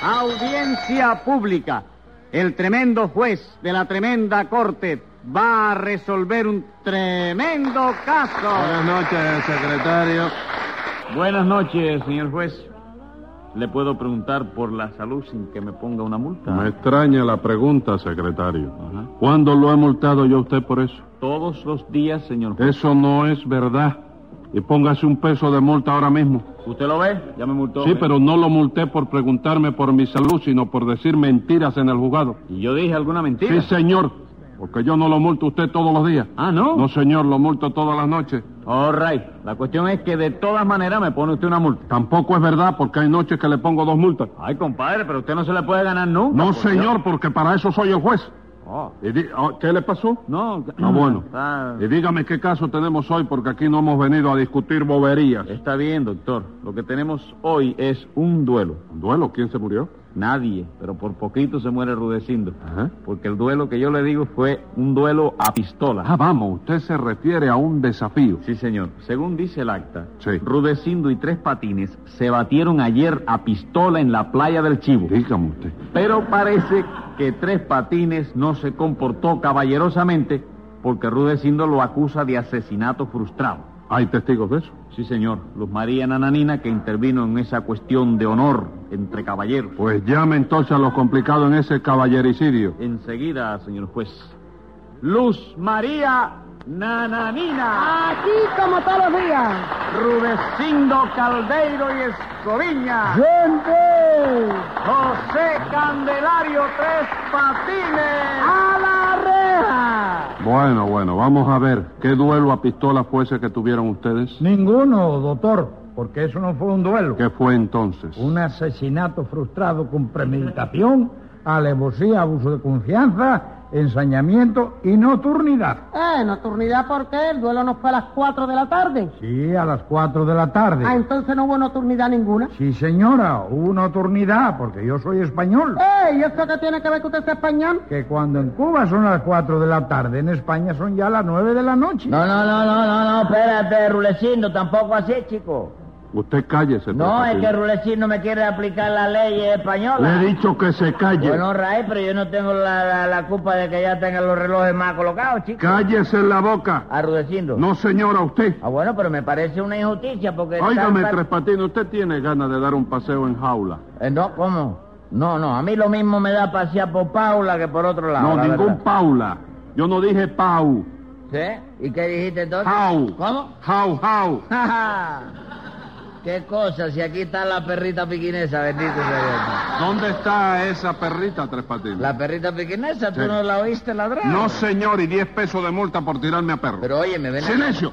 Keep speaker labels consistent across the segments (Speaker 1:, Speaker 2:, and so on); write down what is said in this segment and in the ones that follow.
Speaker 1: Audiencia pública. El tremendo juez de la tremenda corte va a resolver un tremendo
Speaker 2: Buenas
Speaker 1: caso.
Speaker 2: noches, secretario.
Speaker 1: Buenas noches, señor juez. ¿Le puedo preguntar por la salud sin que me ponga una multa?
Speaker 2: Me extraña la pregunta, secretario.
Speaker 1: Ajá.
Speaker 2: ¿Cuándo lo he multado yo a usted por eso?
Speaker 1: Todos los días, señor juez.
Speaker 2: Eso no es verdad. Y póngase un peso de multa ahora mismo.
Speaker 1: ¿Usted lo ve? Ya me multó.
Speaker 2: Sí,
Speaker 1: ¿eh?
Speaker 2: pero no lo multé por preguntarme por mi salud, sino por decir mentiras en el juzgado.
Speaker 1: ¿Y yo dije alguna mentira?
Speaker 2: Sí, señor. Porque yo no lo multo a usted todos los días.
Speaker 1: Ah, ¿no?
Speaker 2: No, señor, lo multo todas las noches.
Speaker 1: All right. La cuestión es que de todas maneras me pone usted una multa.
Speaker 2: Tampoco es verdad porque hay noches que le pongo dos multas.
Speaker 1: Ay, compadre, pero usted no se le puede ganar nunca.
Speaker 2: No,
Speaker 1: por
Speaker 2: señor,
Speaker 1: Dios.
Speaker 2: porque para eso soy el juez.
Speaker 1: Oh,
Speaker 2: Y di- oh, ¿Qué le pasó?
Speaker 1: No.
Speaker 2: Ah, bueno.
Speaker 1: Está,
Speaker 2: Y dígame qué caso tenemos hoy, porque aquí no hemos venido a discutir boberías.
Speaker 3: ¿Eh?
Speaker 1: está bien, doctor. Lo que tenemos hoy es un duelo.
Speaker 2: ¿Un duelo? ¿Quién se murió?
Speaker 1: Nadie, pero por poquito se muere Rudecindo.
Speaker 2: ¿Eh?
Speaker 1: Porque el duelo que yo le digo fue un duelo a pistola.
Speaker 2: Ah, vamos, usted se refiere a un desafío.
Speaker 1: Sí, señor. Según dice el acta,
Speaker 2: Sí.
Speaker 1: Rudecindo y Tres Patines se batieron ayer a pistola en la playa del Chivo.
Speaker 2: Dígame usted.
Speaker 1: Pero parece que Tres Patines no se comportó caballerosamente porque Rudecindo lo acusa de asesinato frustrado.
Speaker 2: ¿Hay testigos de eso?
Speaker 1: Sí, señor. Luz María Nananina, que intervino en esa cuestión de honor entre caballeros.
Speaker 2: Pues llame entonces a lo complicado en ese caballericidio.
Speaker 1: Enseguida, señor juez. Luz María Nananina,
Speaker 4: Aquí como todos los días.
Speaker 1: Rudecindo Caldeiro y Escoviña,
Speaker 4: ¡Gente!
Speaker 1: José Candelario Tres Patines.
Speaker 4: ¡A la reja!
Speaker 2: Bueno, bueno, vamos a ver. ¿Qué duelo a pistola fue ese que tuvieron ustedes?
Speaker 5: Ninguno, doctor, porque eso no fue un duelo.
Speaker 2: ¿Qué fue entonces?
Speaker 5: Un asesinato frustrado con premeditación, alevosía, abuso de confianza, ensañamiento y nocturnidad.
Speaker 4: Eh, nocturnidad, ¿por qué? El duelo no fue a las 4 de la tarde.
Speaker 5: Sí, a las 4 de la tarde.
Speaker 4: Ah, entonces no hubo nocturnidad ninguna.
Speaker 5: Sí, señora, hubo nocturnidad, porque yo soy español.
Speaker 4: ¡Ey! Eh, ¿Y eso qué tiene que ver que usted sea español?
Speaker 5: Que cuando en Cuba son las 4 de la tarde, en España son ya las 9 de la noche.
Speaker 3: No, no, no, no, no, no, espérate, Rulecindo, tampoco así, chico.
Speaker 2: Usted cállese. pues,
Speaker 3: No,
Speaker 2: Tres
Speaker 3: es que
Speaker 2: Patines.
Speaker 3: Rulecindo me quiere aplicar la ley
Speaker 2: Le he
Speaker 3: española.
Speaker 2: dicho que se calle.
Speaker 3: Bueno, Raíz, pero yo no tengo la, la- la culpa de que ya tengan los relojes más colocados, chico.
Speaker 2: Cállese la boca.
Speaker 3: A Rulecindo.
Speaker 2: No, señora, usted.
Speaker 3: Ah, bueno, pero me parece una injusticia porque...
Speaker 2: Óigame,
Speaker 3: Pues tanta-
Speaker 2: Tres Patines, usted tiene ganas de dar un paseo en jaula.
Speaker 3: Eh, no, ¿cómo? No, no, a mí lo mismo me da pasear por Paula que por otro lado.
Speaker 2: No,
Speaker 3: Ah, la
Speaker 2: ningún
Speaker 3: verdad.
Speaker 2: Paula. Yo no dije Pau.
Speaker 3: ¿Sí? ¿Y qué dijiste entonces?
Speaker 2: Jau.
Speaker 3: ¿Cómo?
Speaker 2: Jau, jau.
Speaker 3: ¿Qué cosa? Si aquí está la perrita piquinesa, bendito sea Dios.
Speaker 2: ¿Dónde está esa perrita, Tres Patines?
Speaker 3: La perrita pequinesa, ¿tú
Speaker 2: Sí.
Speaker 3: no la oíste ladrar?
Speaker 2: No, señor, y 10 pesos de multa por tirarme a perro.
Speaker 3: Pero oye, me ven.
Speaker 2: ¡Silencio!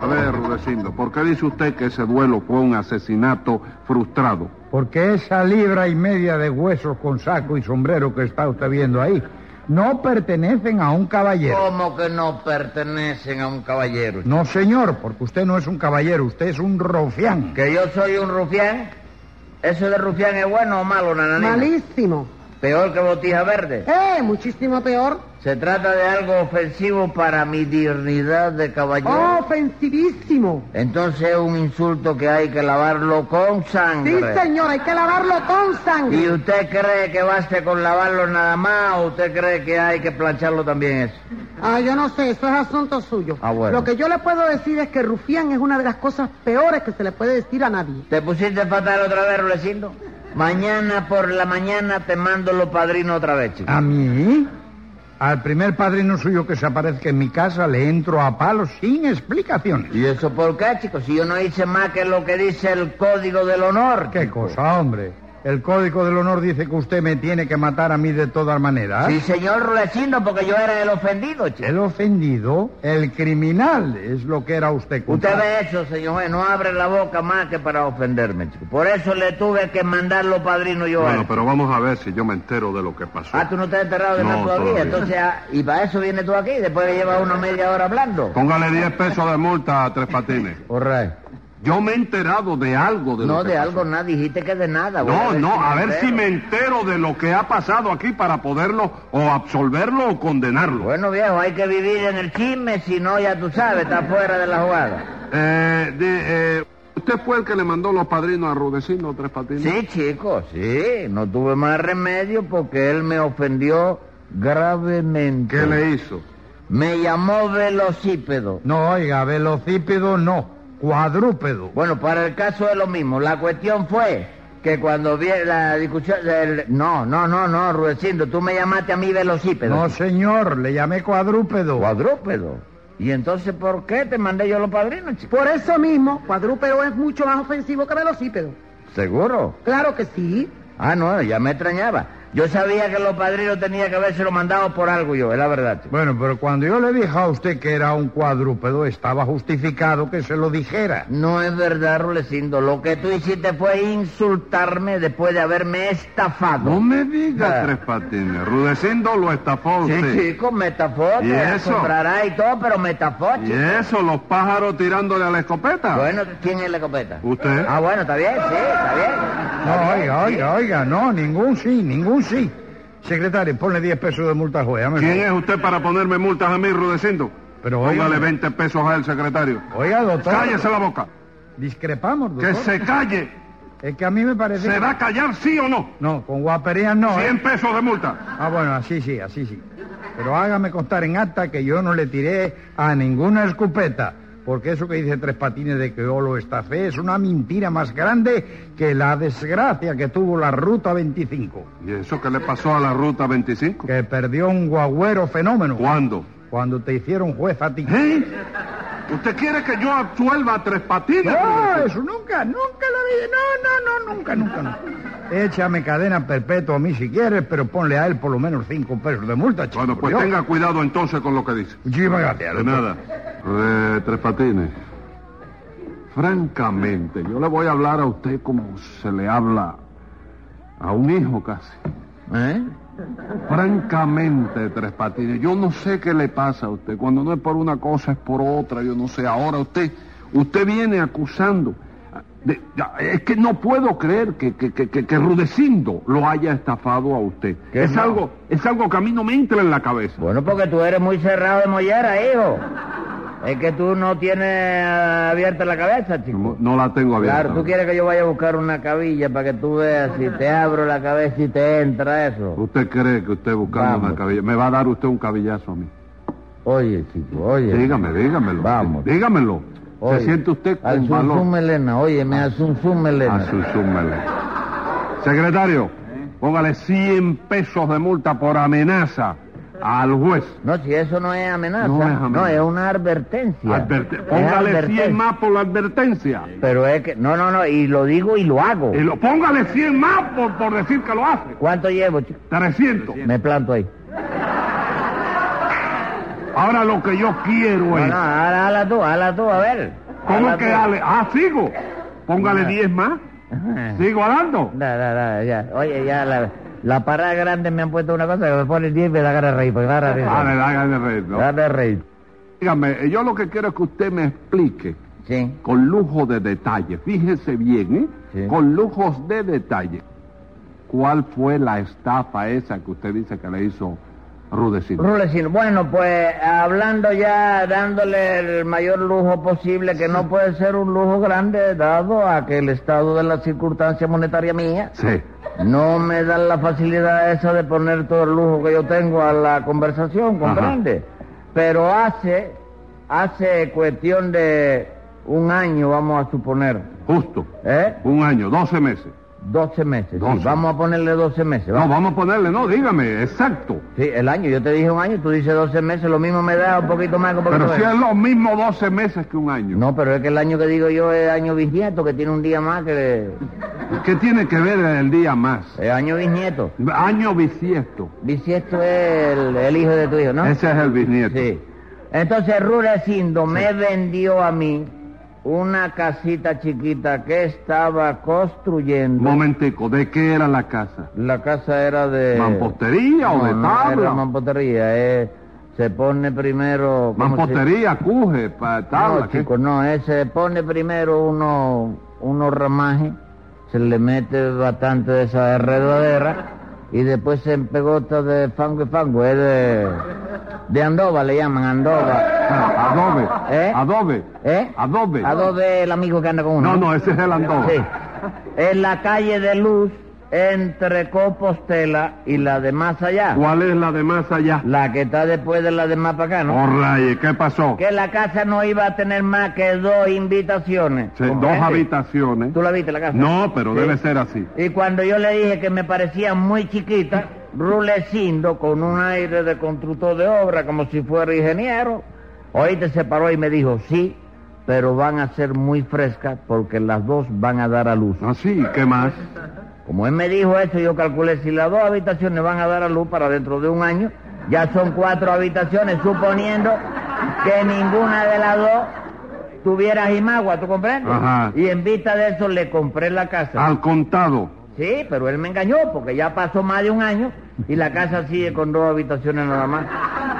Speaker 2: A ver, Rudecindo, ¿por qué dice usted que ese duelo fue un asesinato frustrado?
Speaker 5: Porque esa libra y media de huesos con saco y sombrero que está usted viendo ahí no pertenecen a un caballero.
Speaker 3: ¿Cómo que no pertenecen a un caballero?
Speaker 5: No, señor, porque usted no es un caballero, usted es un rofián.
Speaker 3: ¿Que yo soy un rufián? ¿Eso de rufián es bueno o malo, nananina?
Speaker 4: Malísimo.
Speaker 3: Peor que botija verde.
Speaker 4: ¡Eh! Muchísimo peor.
Speaker 3: Se trata de algo ofensivo para mi dignidad de
Speaker 4: Oh.
Speaker 3: caballero.
Speaker 4: Ofensivísimo.
Speaker 3: Entonces es un insulto que hay que lavarlo con
Speaker 4: Sí,
Speaker 3: sangre.
Speaker 4: señor, hay que lavarlo con
Speaker 3: ¿Y
Speaker 4: sangre.
Speaker 3: usted cree que baste con lavarlo nada más o usted cree que hay que plancharlo también eso?
Speaker 4: Ah, yo no sé, eso es asunto suyo.
Speaker 3: Ah, bueno.
Speaker 4: Lo que yo le puedo decir es que rufián es una de las cosas peores que se le puede decir a nadie.
Speaker 3: ¿Te pusiste fatal otra vez, Rulecindo? Mañana por la mañana te mando los padrinos otra vez,
Speaker 2: Ah.
Speaker 3: chico.
Speaker 5: ¿A mí? Al primer padrino suyo que se aparezca en mi casa le entro a palos sin explicaciones.
Speaker 3: ¿Y eso por qué, chicos? Si yo no hice más que lo que dice el Código del Honor.
Speaker 5: ¿Qué
Speaker 3: chico.
Speaker 5: cosa, hombre? El Código del Honor dice que usted me tiene que matar a mí de todas maneras.
Speaker 3: Sí, señor Rulecindo, porque yo era el ofendido, chico.
Speaker 5: El ofendido, el criminal, es lo que era usted.
Speaker 3: Usted
Speaker 5: compadre.
Speaker 3: ve eso, señor juez, no abre la boca más que para ofenderme, chico. Por eso le tuve que mandar los padrinos yo a
Speaker 2: Bueno,
Speaker 3: él.
Speaker 2: pero vamos a ver si yo me entero de lo que pasó.
Speaker 3: Ah, tú no estás enterrado de
Speaker 2: No,
Speaker 3: nada todavía.
Speaker 2: todavía.
Speaker 3: Entonces, ah, y para eso vienes tú aquí, después que llevas una media hora hablando.
Speaker 2: Póngale 10 pesos de multa a Tres Patines.
Speaker 3: Correcto.
Speaker 2: Yo me he enterado de algo de lo
Speaker 3: No,
Speaker 2: que
Speaker 3: de
Speaker 2: pasó.
Speaker 3: algo nada, dijiste que de nada. Voy
Speaker 2: No, no, a ver si
Speaker 3: entero.
Speaker 2: me entero de lo que ha pasado aquí para poderlo o absolverlo o condenarlo.
Speaker 3: Bueno, viejo, hay que vivir en el chisme, si no, ya tú sabes, está fuera de la jugada.
Speaker 2: Eh, de- eh, ¿Usted fue el que le mandó los padrinos a Rudecindo Tres Patines?
Speaker 3: Sí, chicos, sí. No tuve más remedio porque él me ofendió gravemente.
Speaker 2: ¿Qué le hizo?
Speaker 3: Me llamó velocípedo.
Speaker 5: No, oiga, velocípedo no, cuadrúpedo.
Speaker 3: Bueno, para el caso es lo mismo. La cuestión fue que cuando vi la discusión... el- No, no, no, no, Rudecindo, tú me llamaste a mí velocípedo.
Speaker 5: No, señor, le llamé cuadrúpedo.
Speaker 3: Cuadrúpedo. ¿Y entonces por qué te mandé yo los padrinos, chico?
Speaker 4: Por eso mismo, cuadrúpedo es mucho más ofensivo que velocípedo.
Speaker 3: ¿Seguro?
Speaker 4: Claro que sí.
Speaker 3: Ah, no, ya me extrañaba. Yo sabía que los padrinos tenía que haberse lo mandado por algo yo, es la verdad. chico.
Speaker 5: Bueno, pero cuando yo le dije a usted que era un cuadrúpedo, estaba justificado que se lo dijera.
Speaker 3: No es verdad, Rulecindo. Lo que tú hiciste fue insultarme después de haberme estafado.
Speaker 2: No me diga
Speaker 3: Ah.
Speaker 2: Tres Patines. Rudecindo lo estafó a
Speaker 3: Sí,
Speaker 2: usted.
Speaker 3: chico, me estafó,
Speaker 2: ¿Y
Speaker 3: te
Speaker 2: eso?
Speaker 3: comprará y todo, pero me estafó,
Speaker 2: ¿Y
Speaker 3: chico.
Speaker 2: eso, los pájaros tirándole a la escopeta?
Speaker 3: Bueno, ¿quién es la escopeta?
Speaker 2: ¿Usted?
Speaker 3: Ah, bueno, está bien, sí, está bien.
Speaker 5: No,
Speaker 3: Está bien,
Speaker 5: oiga,
Speaker 3: sí.
Speaker 5: oiga, oiga, no, ningún sí, ningún sí. Secretario, ponle 10 pesos de multa al juez, dame el
Speaker 2: ¿Quién
Speaker 5: favor.
Speaker 2: es usted para ponerme multas a mí, Rudecindo?
Speaker 5: Pero oiga-
Speaker 2: Póngale 20 pesos al secretario.
Speaker 5: Oiga, doctor.
Speaker 2: ¡Cállese la boca!
Speaker 5: Discrepamos, doctor.
Speaker 2: ¡Que se calle!
Speaker 5: Es que a mí me parece...
Speaker 2: ¿Se
Speaker 5: que-
Speaker 2: va a callar sí o no?
Speaker 5: No, con guaperías no, ¿eh?
Speaker 2: 100 pesos de multa.
Speaker 5: Ah, bueno, así sí, así sí. Pero hágame constar en acta que yo no le tiré a ninguna escopeta. Porque eso que dice Tres Patines de que yo lo estafé es una mentira más grande que la desgracia que tuvo la Ruta 25.
Speaker 2: ¿Y eso qué le pasó a la ruta 25?
Speaker 5: Que perdió un guagüero fenómeno
Speaker 2: ¿Cuándo?
Speaker 5: cuando te hicieron juez a ti.
Speaker 2: ¿Eh? ¿Usted quiere que yo absuelva a Tres Patines?
Speaker 5: No,
Speaker 2: Rudecindo?
Speaker 5: eso nunca, nunca la vi. No, no, no, nunca, nunca, no. Échame cadena perpetua a mí si quieres, pero ponle a él por lo menos cinco pesos de multa, chico.
Speaker 2: Bueno, pues
Speaker 5: por Dios.
Speaker 2: tenga cuidado entonces con lo que dice.
Speaker 5: Muchísimas gracias.
Speaker 2: De
Speaker 5: doctor.
Speaker 2: nada. Eh, tres patines. Francamente, yo le voy a hablar a usted como se le habla a un hijo casi.
Speaker 3: ¿Eh?
Speaker 2: Francamente, Tres Patines, yo no sé qué le pasa a usted. Cuando no es por una cosa, es por otra. Yo no sé. Ahora usted, usted viene acusando. de- ya, es que no puedo creer que, que, que, que- que Rudecindo lo haya estafado a usted.
Speaker 3: Que
Speaker 2: Es
Speaker 3: no.
Speaker 2: algo, es algo que a mí no me entra en la cabeza.
Speaker 3: Bueno, porque tú eres muy cerrado de mollera, hijo. Es que tú no tienes eh, abierta la cabeza, chico.
Speaker 2: No, no la tengo abierta.
Speaker 3: Claro, tú quieres que yo vaya a buscar una cabilla para que tú veas si te abro la cabeza y te entra eso.
Speaker 2: ¿Usted cree que usted buscando
Speaker 3: Vamos.
Speaker 2: una cabilla? Me va a dar usted un cabillazo a mí.
Speaker 3: Oye, chico, oye.
Speaker 2: Dígame, dígamelo.
Speaker 3: Vamos.
Speaker 2: Dígamelo.
Speaker 3: Oye,
Speaker 2: Se siente usted
Speaker 3: al
Speaker 2: con
Speaker 3: zum
Speaker 2: valor. Ah.
Speaker 3: zum, Elena, oye, me asunzum
Speaker 2: A
Speaker 3: Elena.
Speaker 2: su zúmbele. Secretario, póngale 100 pesos de multa por amenaza al juez.
Speaker 3: No, si eso no es amenaza.
Speaker 2: No es amenaza.
Speaker 3: No, es una advertencia.
Speaker 2: Adverte-
Speaker 3: Es
Speaker 2: póngale
Speaker 3: advertencia.
Speaker 2: 100 más por la advertencia.
Speaker 3: Pero es que, no, no, no, y lo digo y lo hago.
Speaker 2: Y lo, póngale 100 más por, por decir que lo hace.
Speaker 3: ¿Cuánto llevo, chico?
Speaker 2: 300.
Speaker 3: Me planto ahí.
Speaker 2: Ahora lo que yo quiero
Speaker 3: No,
Speaker 2: es...
Speaker 3: no, hala, hala tú, hala tú, a ver.
Speaker 2: ¿Cómo
Speaker 3: Hala
Speaker 2: que
Speaker 3: tú.
Speaker 2: dale? Ah, sigo. Póngale 10 más.
Speaker 3: Eh.
Speaker 2: Sigo dando.
Speaker 3: No, no, no, ya. Oye, ya la, la parada grande me han puesto una cosa que me pone 10 y me da ganas de reír, pues, ganas de reír.
Speaker 2: Dale, dale, dale, no.
Speaker 3: Ganas de reír.
Speaker 2: Dígame, eh, yo lo que quiero es que usted me explique
Speaker 3: Sí.
Speaker 2: con lujo de detalle, fíjese bien, ¿eh?
Speaker 3: Sí.
Speaker 2: Con lujos de detalle. ¿Cuál fue la estafa esa que usted dice que le hizo Rudecindo?
Speaker 3: Rulecino, bueno, pues hablando ya, dándole el mayor lujo posible, que no puede ser un lujo grande, dado a que el estado de la circunstancia monetaria mía,
Speaker 2: Sí.
Speaker 3: no me dan la facilidad esa de poner todo el lujo que yo tengo a la conversación, comprende. Pero hace, hace cuestión de un año, vamos a suponer,
Speaker 2: Justo.
Speaker 3: ¿eh?
Speaker 2: Un año, 12 meses.
Speaker 3: 12 meses. sí,
Speaker 2: 12.
Speaker 3: vamos a ponerle 12 meses.
Speaker 2: No,
Speaker 3: vamos.
Speaker 2: vamos a ponerle, no, dígame, exacto.
Speaker 3: Sí, el año. Yo te dije un año, tú dices 12 meses. Lo mismo me da un poquito más. Un poquito
Speaker 2: Pero si
Speaker 3: menos.
Speaker 2: es lo mismo 12 meses que un año.
Speaker 3: No, pero es que el año que digo yo es año bisnieto, que tiene un día más que...
Speaker 2: ¿Qué tiene que ver el día más?
Speaker 3: El año bisnieto.
Speaker 2: Año bisiesto.
Speaker 3: Bisiesto es el, el hijo de tu hijo, ¿no?
Speaker 2: Ese es el bisnieto.
Speaker 3: ¿Ah? Sí. Entonces Rudecindo me vendió a mí una casita chiquita que estaba construyendo.
Speaker 2: Momentico, ¿de qué era la casa?
Speaker 3: La casa era de...
Speaker 2: ¿Mampostería o de
Speaker 3: No, no, era
Speaker 2: tabla?
Speaker 3: mampostería, eh. Se pone primero... ¿cómo se-
Speaker 2: Mampostería, cuje, pa- tabla.
Speaker 3: No,
Speaker 2: ¿qué?
Speaker 3: chicos, no, ese pone primero uno, unos ramajes, se le mete bastante de esa enredadera y después se empegota de fango y fango, es de, De Andoba le llaman, Andoba.
Speaker 2: Ah, adobe.
Speaker 3: ¿Eh?
Speaker 2: Adobe.
Speaker 3: ¿Eh?
Speaker 2: Adobe.
Speaker 3: Adobe, el amigo que anda con uno.
Speaker 2: No, no, ese es el Andoba.
Speaker 3: Sí. En la calle de Luz, entre Compostela y la de más allá.
Speaker 2: ¿Cuál es la de más allá?
Speaker 3: La que está después de la de más para acá, ¿no?
Speaker 2: Oh, rayes, ¿qué pasó?
Speaker 3: Que la casa no iba a tener más que dos invitaciones.
Speaker 2: Sí, dos
Speaker 3: ¿Comprende?
Speaker 2: habitaciones.
Speaker 3: ¿Tú la viste la casa?
Speaker 2: No, pero
Speaker 3: Sí.
Speaker 2: debe ser así.
Speaker 3: Y cuando yo le dije que me parecía muy chiquita, Rulecindo, con un aire de constructor de obra, como si fuera ingeniero, oíste, se paró y me dijo, sí, pero van a ser muy frescas porque las dos van a dar a luz.
Speaker 2: Así, Ah, ¿qué más?
Speaker 3: Como él me dijo eso, yo calculé si las dos habitaciones van a dar a luz para dentro de un año, ya son cuatro habitaciones, suponiendo que ninguna de las dos tuviera jimagua, ¿tú comprendes?
Speaker 2: Ajá. Ah.
Speaker 3: Y en vista de eso le compré la casa.
Speaker 2: Al contado.
Speaker 3: Sí, pero él me engañó porque ya pasó más de un año y la casa sigue con dos habitaciones nada más.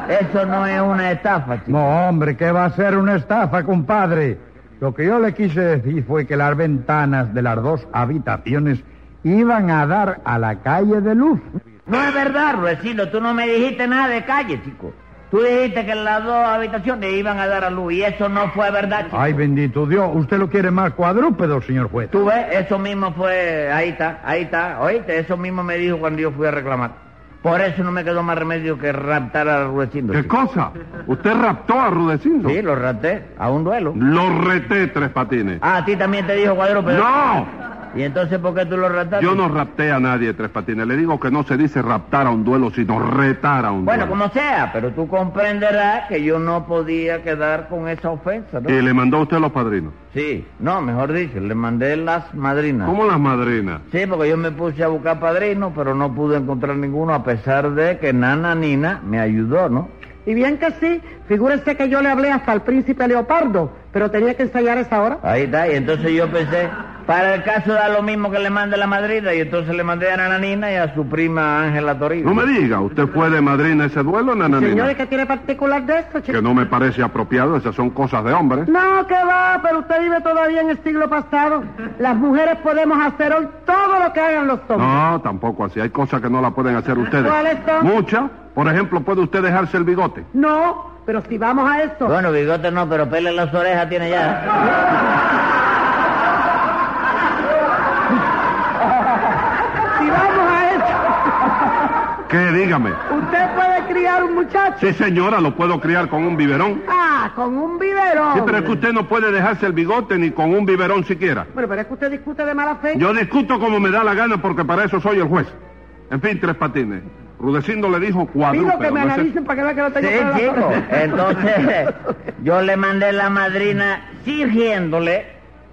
Speaker 3: Eso no es una estafa, chico.
Speaker 5: No, hombre, ¿qué va a ser una estafa, compadre? Lo que yo le quise decir fue que las ventanas de las dos habitaciones iban a dar a la calle de luz.
Speaker 3: No es verdad, Ruecino, tú no me dijiste nada de calle, chico. Tú dijiste que las dos habitaciones iban a dar a luz y eso no fue verdad, chico.
Speaker 5: Ay, bendito Dios, usted lo quiere más cuadrúpedo, señor juez.
Speaker 3: Tú ves, eso mismo fue, ahí está, ahí está, oíste, eso mismo me dijo cuando yo fui a reclamar. Por eso no me quedó más remedio que raptar a Ruecindo.
Speaker 2: ¿Qué
Speaker 3: chico.
Speaker 2: cosa? ¿Usted raptó a Rudecindo?
Speaker 3: Sí, lo rapté a un duelo.
Speaker 2: Lo reté, Tres Patines.
Speaker 3: Ah, a ti también te dijo cuadrúpedo.
Speaker 2: ¡No!
Speaker 3: ¿Y entonces por qué tú lo raptaste?
Speaker 2: Yo no rapté a nadie, Tres Patines. Le digo que no se dice raptar a un duelo, sino retar a un
Speaker 3: Bueno,
Speaker 2: duelo.
Speaker 3: como sea, pero tú comprenderás que yo no podía quedar con esa ofensa, ¿no?
Speaker 2: Y le mandó usted a los padrinos.
Speaker 3: Sí, no, mejor dicho, le mandé las madrinas.
Speaker 2: ¿Cómo Ah. las madrinas?
Speaker 3: Sí, porque yo me puse a buscar padrinos, pero no pude encontrar ninguno, a pesar de que Nana Nina me ayudó, ¿no?
Speaker 4: Y bien que sí, figúrese que yo le hablé hasta al príncipe Leopardo, pero tenía que ensayar a esa hora.
Speaker 3: Ahí está, y entonces yo pensé, para el caso da lo mismo que le mande la madrina, y entonces le mandé a Nana Nina y a su prima Ángela Toribio.
Speaker 2: No me diga, ¿usted fue de madrina ese duelo,
Speaker 4: Señores,
Speaker 2: nananina?
Speaker 4: ¿qué tiene particular de esto,
Speaker 2: Ah, Que
Speaker 4: chico?
Speaker 2: no me parece apropiado, esas son cosas de hombres.
Speaker 4: No, que va, pero usted vive todavía en el siglo pasado. Las mujeres podemos hacer hoy todo lo que hagan los hombres.
Speaker 2: No, tampoco así. Hay cosas que no la pueden hacer ustedes.
Speaker 4: ¿Cuáles son?
Speaker 2: Muchas. Por ejemplo, puede usted dejarse el bigote.
Speaker 4: No, pero si vamos a esto.
Speaker 3: Bueno, bigote no, pero pele las orejas tiene ya.
Speaker 2: Ah.
Speaker 4: Si vamos a esto,
Speaker 2: ¿Qué? Dígame.
Speaker 4: usted puede criar un muchacho.
Speaker 2: Sí, señora, lo puedo criar con un biberón.
Speaker 4: Ah, con un biberón.
Speaker 2: Sí, pero es que usted no puede dejarse el bigote ni con un biberón siquiera.
Speaker 4: Bueno, pero es que usted discute de mala fe.
Speaker 2: Yo discuto como me da la gana porque para eso soy el juez. En fin, tres patines. Rudecindo le dijo cuadrúpedo.
Speaker 4: Pido que me
Speaker 2: ¿no es eso?
Speaker 4: analicen para que vean que no
Speaker 3: Sí,
Speaker 4: tengo todas las
Speaker 3: chico.
Speaker 4: horas.
Speaker 3: Entonces, yo le mandé la madrina sirviéndole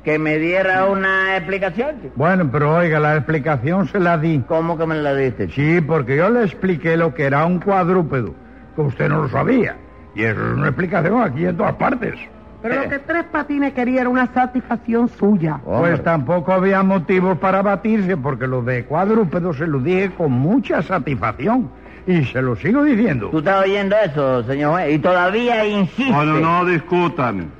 Speaker 3: que me diera una explicación, chico.
Speaker 5: Bueno, pero oiga, la explicación se la di.
Speaker 3: ¿Cómo que me la diste, chico?
Speaker 5: Sí, porque yo le expliqué lo que era un cuadrúpedo, que usted no lo sabía. Y eso es una explicación aquí en todas partes.
Speaker 4: Pero lo que Tres Patines quería era una satisfacción suya.
Speaker 3: Hombre.
Speaker 5: Pues tampoco había motivos para batirse, porque lo de cuadrúpedo se lo dije con mucha satisfacción. Y se lo sigo diciendo.
Speaker 3: ¿Tú estás oyendo eso, señor juez? Y todavía insiste.
Speaker 2: Bueno, no discutan.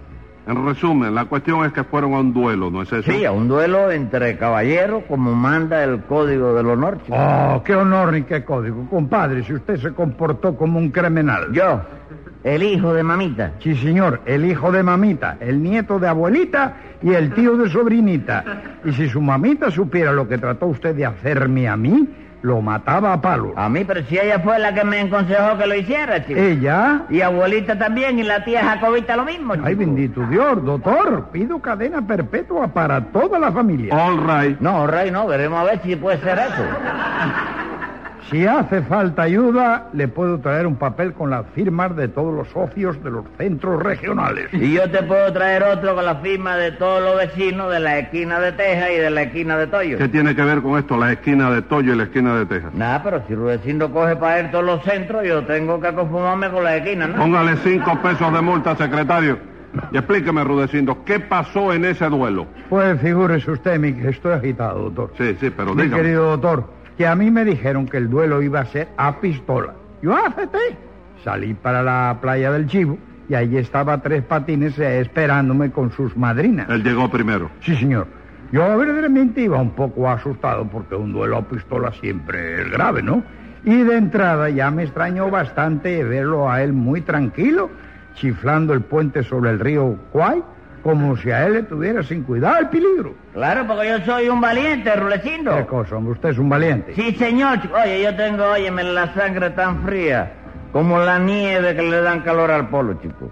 Speaker 2: En resumen, la cuestión es que fueron a un duelo, ¿no es eso?
Speaker 3: Sí, a un duelo entre caballeros, como manda el Código del Honor, chico.
Speaker 5: Oh, qué honor y qué código. Compadre, si usted se comportó como un criminal.
Speaker 3: Yo, el hijo de mamita.
Speaker 5: Sí, señor, el hijo de mamita, el nieto de abuelita y el tío de sobrinita. Y si su mamita supiera lo que trató usted de hacerme a mí, lo mataba a palos.
Speaker 3: A mí, pero si ella fue la que me aconsejó que lo hiciera, chico.
Speaker 5: Eh. Ella...
Speaker 3: Y abuelita también, y la tía Jacobita lo mismo, chico.
Speaker 5: Ay, bendito Dios, doctor, pido cadena perpetua para toda la familia.
Speaker 2: All right.
Speaker 3: No, Rey, no, veremos a ver si puede ser eso.
Speaker 5: Si hace falta ayuda, le puedo traer un papel con las firmas de todos los socios de los centros regionales.
Speaker 3: Y yo te puedo traer otro con la firma de todos los vecinos de la esquina de Texas y de la esquina de Toyo.
Speaker 2: ¿Qué tiene que ver con esto la esquina de Toyo y la esquina de Texas?
Speaker 3: Nada, pero si Rudecindo coge para él todos los centros, yo tengo que conformarme con la esquina, ¿no?
Speaker 2: Póngale cinco pesos de multa, secretario. Y explíqueme, Rudecindo, ¿qué pasó en ese duelo?
Speaker 5: Pues figúrese usted, mi, que estoy agitado, doctor.
Speaker 2: Sí, sí, pero
Speaker 5: Mi
Speaker 2: dígame.
Speaker 5: querido doctor, que a mí me dijeron que el duelo iba a ser a pistola. Yo acepté. Salí para la playa del Chivo y allí estaba Tres Patines eh, esperándome con sus madrinas.
Speaker 2: Él llegó primero.
Speaker 5: Sí, señor. Yo verdaderamente iba un poco asustado porque un duelo a pistola siempre es grave, ¿no? Y de entrada ya me extrañó bastante verlo a él muy tranquilo, chiflando el puente sobre el río Kwai, como si a él le tuviera sin cuidado el peligro.
Speaker 3: Claro, porque yo soy un valiente, Rulecindo.
Speaker 5: ¿Qué cosa, hombre? Usted es un valiente.
Speaker 3: Sí, señor. Oye, yo tengo, óyeme, la sangre tan fría como la nieve que le dan calor al polo, chico.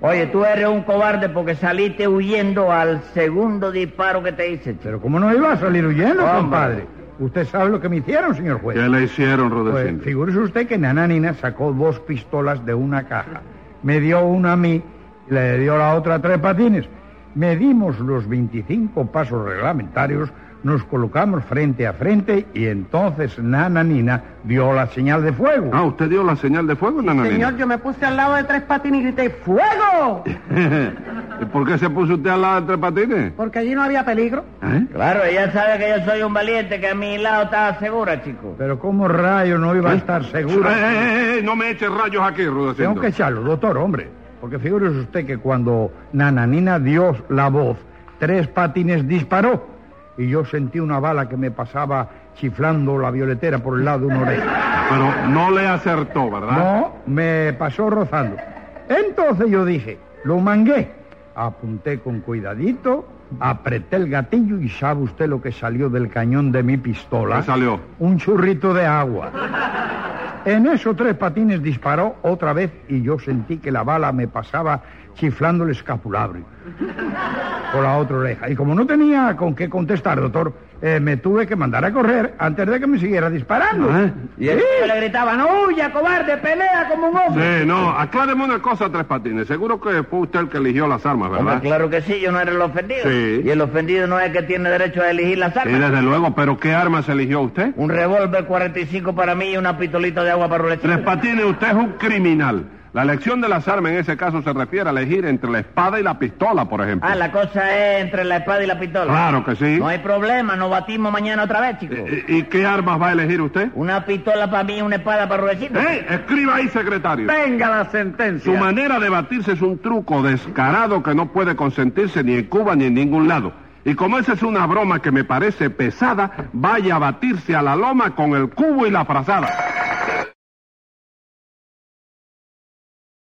Speaker 3: Oye, tú eres un cobarde porque saliste huyendo al segundo disparo que te hice, chico.
Speaker 5: Pero ¿cómo no iba a salir huyendo,
Speaker 3: Hombre.
Speaker 5: compadre? Usted sabe lo que me hicieron, señor juez.
Speaker 2: ¿Qué le hicieron, Rudecindo?
Speaker 5: Pues figúrese usted que Nananina sacó dos pistolas de una caja. Me dio una a mí, le dio la otra a tres patines. Medimos los 25 pasos reglamentarios, nos colocamos frente a frente y entonces Nananina dio la señal de fuego.
Speaker 2: Ah, ¿usted dio la señal de fuego, Nananina?
Speaker 4: Señor, yo me puse al lado de Tres Patines y grité ¡Fuego!
Speaker 2: ¿Y por qué se puso usted al lado de Tres Patines?
Speaker 4: Porque allí no había peligro.
Speaker 2: ¿Eh?
Speaker 3: Claro, ella sabe que yo soy un valiente, que a mi lado estaba segura, chico.
Speaker 5: Pero ¿cómo rayo no iba a estar seguro?
Speaker 2: Eh, eh, eh, eh, no me eche rayos aquí, Rudecindo.
Speaker 5: Tengo que echarlo, doctor, hombre. Porque figúrese usted que cuando Nananina dio la voz, tres patines disparó. Y yo sentí una bala que me pasaba chiflando la violetera por el lado de una oreja.
Speaker 2: Pero no le acertó, ¿verdad?
Speaker 5: No, me pasó rozando. Entonces yo dije, lo mangué. Apunté con cuidadito, apreté el gatillo y sabe usted lo que salió del cañón de mi pistola.
Speaker 2: ¿Qué salió?
Speaker 5: Un churrito de agua. En eso tres patines disparó otra vez y yo sentí que la bala me pasaba chiflando el escapulabrio por la otra oreja. Y como no tenía con qué contestar, doctor, eh, me tuve que mandar a correr antes de que me siguiera disparando.
Speaker 2: ¿Eh?
Speaker 3: Y él le gritaba, no huya, cobarde, pelea como un hombre.
Speaker 2: Sí, no, acláreme una cosa, Tres Patines. Seguro que fue usted el que eligió las armas,
Speaker 3: Hombre,
Speaker 2: ¿verdad?
Speaker 3: claro que sí, yo no era el ofendido.
Speaker 2: Sí.
Speaker 3: Y el ofendido no es el que tiene derecho a elegir las
Speaker 2: Sí,
Speaker 3: armas.
Speaker 2: desde luego, pero ¿qué armas eligió usted?
Speaker 3: Un revólver 45 para mí y una pistolita de agua para Rulecindo.
Speaker 2: Tres Patines, usted es un criminal. La elección de las armas en ese caso se refiere a elegir entre la espada y la pistola, por ejemplo.
Speaker 3: Ah, la cosa es entre la espada y la pistola.
Speaker 2: Claro que Ah, sí. Eh,
Speaker 3: No hay problema, nos batimos mañana otra vez, chico.
Speaker 2: ¿Y, y qué armas va a elegir usted?
Speaker 3: Una pistola para mí y una espada para Rulecindo.
Speaker 2: ¡Eh! Escriba ahí, secretario.
Speaker 4: Venga la
Speaker 2: Su
Speaker 4: sentencia.
Speaker 2: manera de batirse es un truco descarado que no puede consentirse ni en Cuba ni en ningún lado. Y como esa es una broma que me parece pesada, vaya a batirse a la loma con el cubo y la frazada.